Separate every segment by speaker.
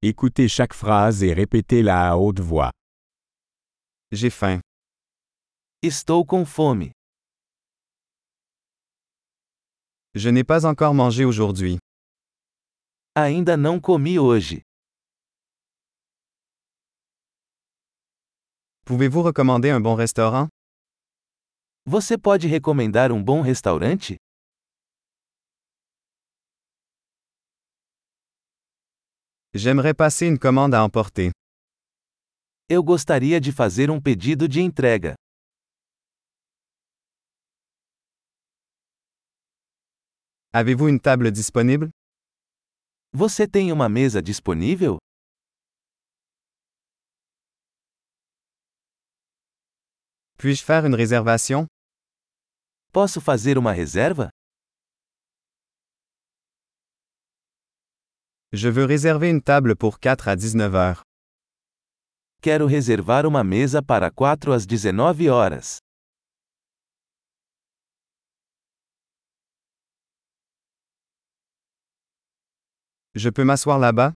Speaker 1: Écoutez chaque phrase et répétez-la à haute voix.
Speaker 2: J'ai faim.
Speaker 3: Estou com fome.
Speaker 2: Je n'ai pas encore mangé aujourd'hui.
Speaker 3: Ainda não comi hoje.
Speaker 2: Pouvez-vous recommander un bon restaurant?
Speaker 3: Você pode recomendar um bom restaurante?
Speaker 2: J'aimerais passer une commande à emporter.
Speaker 3: Eu gostaria de fazer um pedido de entrega.
Speaker 2: Avez-vous une table disponible?
Speaker 3: Você tem uma mesa disponível?
Speaker 2: Puis-je faire une réservation?
Speaker 3: Posso fazer uma reserva?
Speaker 2: Je veux réserver une table pour 4 à 19 heures.
Speaker 3: Quero reservar uma mesa para 4 às 19 horas.
Speaker 2: Je peux m'asseoir là-bas?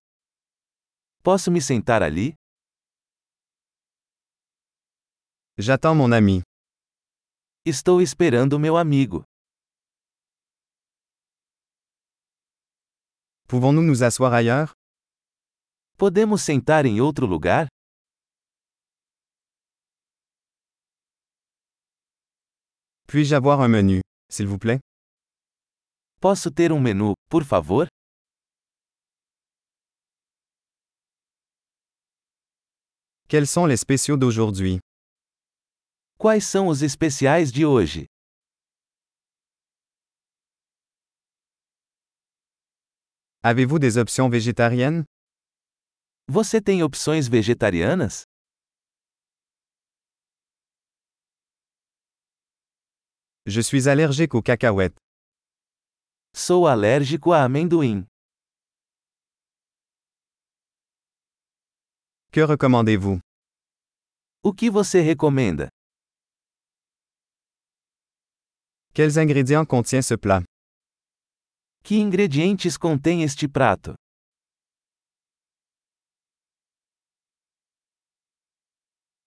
Speaker 3: Posso me sentar ali?
Speaker 2: J'attends mon ami.
Speaker 3: Estou esperando meu amigo.
Speaker 2: Pouvons-nous nous asseoir ailleurs?
Speaker 3: Podemos sentar em outro lugar?
Speaker 2: Puis-je avoir un menu, s'il vous plaît?
Speaker 3: Posso ter um menu, por favor?
Speaker 2: Quels sont les spéciaux d'aujourd'hui?
Speaker 3: Quais são os especiais de hoje?
Speaker 2: Avez-vous des options végétariennes?
Speaker 3: Você tem opções vegetarianas?
Speaker 2: Je suis allergique aux cacahuètes.
Speaker 3: Sou alérgico a amendoim.
Speaker 2: Que recommandez-vous?
Speaker 3: O que você recomenda?
Speaker 2: Quels ingrédients contient ce plat?
Speaker 3: Que ingredientes contém este prato?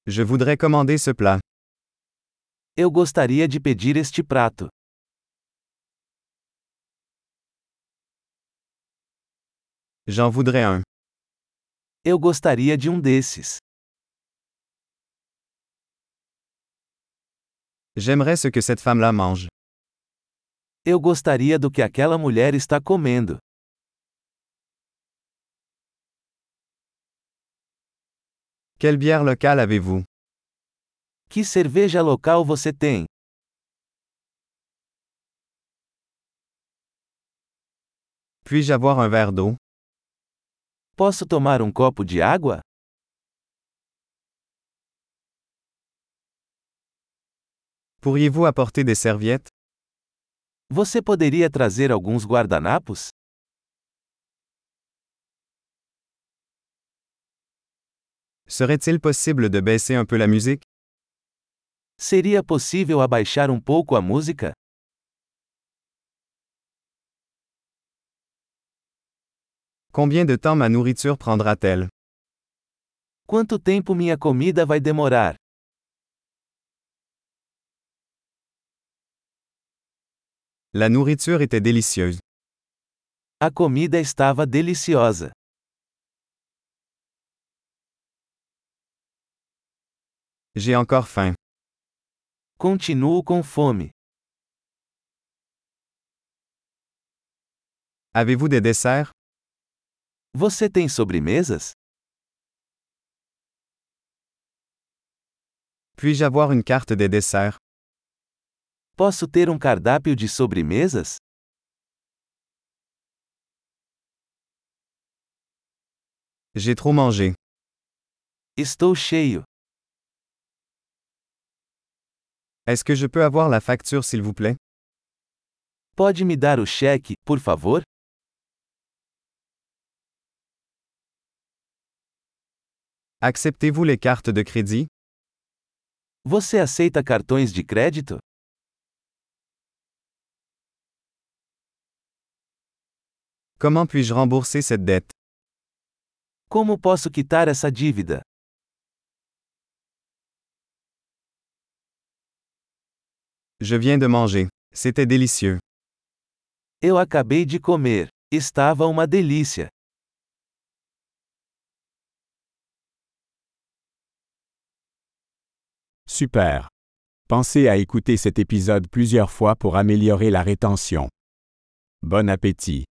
Speaker 2: Je voudrais commander ce plat.
Speaker 3: Eu gostaria de pedir este prato.
Speaker 2: J'en voudrais un.
Speaker 3: Eu gostaria de um desses.
Speaker 2: J'aimerais ce que cette femme-là mange.
Speaker 3: Eu gostaria do que aquela mulher está comendo.
Speaker 2: Quelle bière locale avez-vous?
Speaker 3: Que cerveja local você tem?
Speaker 2: Puis-je avoir un verre d'eau?
Speaker 3: Posso tomar um copo de água?
Speaker 2: Pourriez-vous apporter des serviettes?
Speaker 3: Você poderia trazer alguns guardanapos?
Speaker 2: Serait-il possible de baisser un peu la musique?
Speaker 3: Seria possível abaixar um pouco a música?
Speaker 2: Combien de temps ma nourriture prendra-t-elle?
Speaker 3: Quanto tempo minha comida vai demorar?
Speaker 2: La nourriture était délicieuse.
Speaker 3: A comida estava deliciosa.
Speaker 2: J'ai encore faim.
Speaker 3: Continuo com fome.
Speaker 2: Avez-vous des desserts?
Speaker 3: Você tem sobremesas?
Speaker 2: Puis-je avoir une carte des desserts?
Speaker 3: Posso ter um cardápio de sobremesas?
Speaker 2: J'ai trop mangé.
Speaker 3: Estou cheio.
Speaker 2: Est-ce que je peux avoir la facture s'il vous plaît?
Speaker 3: Pode me dar o cheque, por favor?
Speaker 2: Acceptez-vous les cartes de crédit?
Speaker 3: Você aceita cartões de crédito?
Speaker 2: Comment puis-je rembourser cette dette?
Speaker 3: Como posso quitar essa dívida?
Speaker 4: Je viens de manger. C'était délicieux.
Speaker 3: Eu acabei de comer. Estava uma delícia.
Speaker 2: Super. Pensez à écouter cet épisode plusieurs fois pour améliorer la rétention. Bon appétit.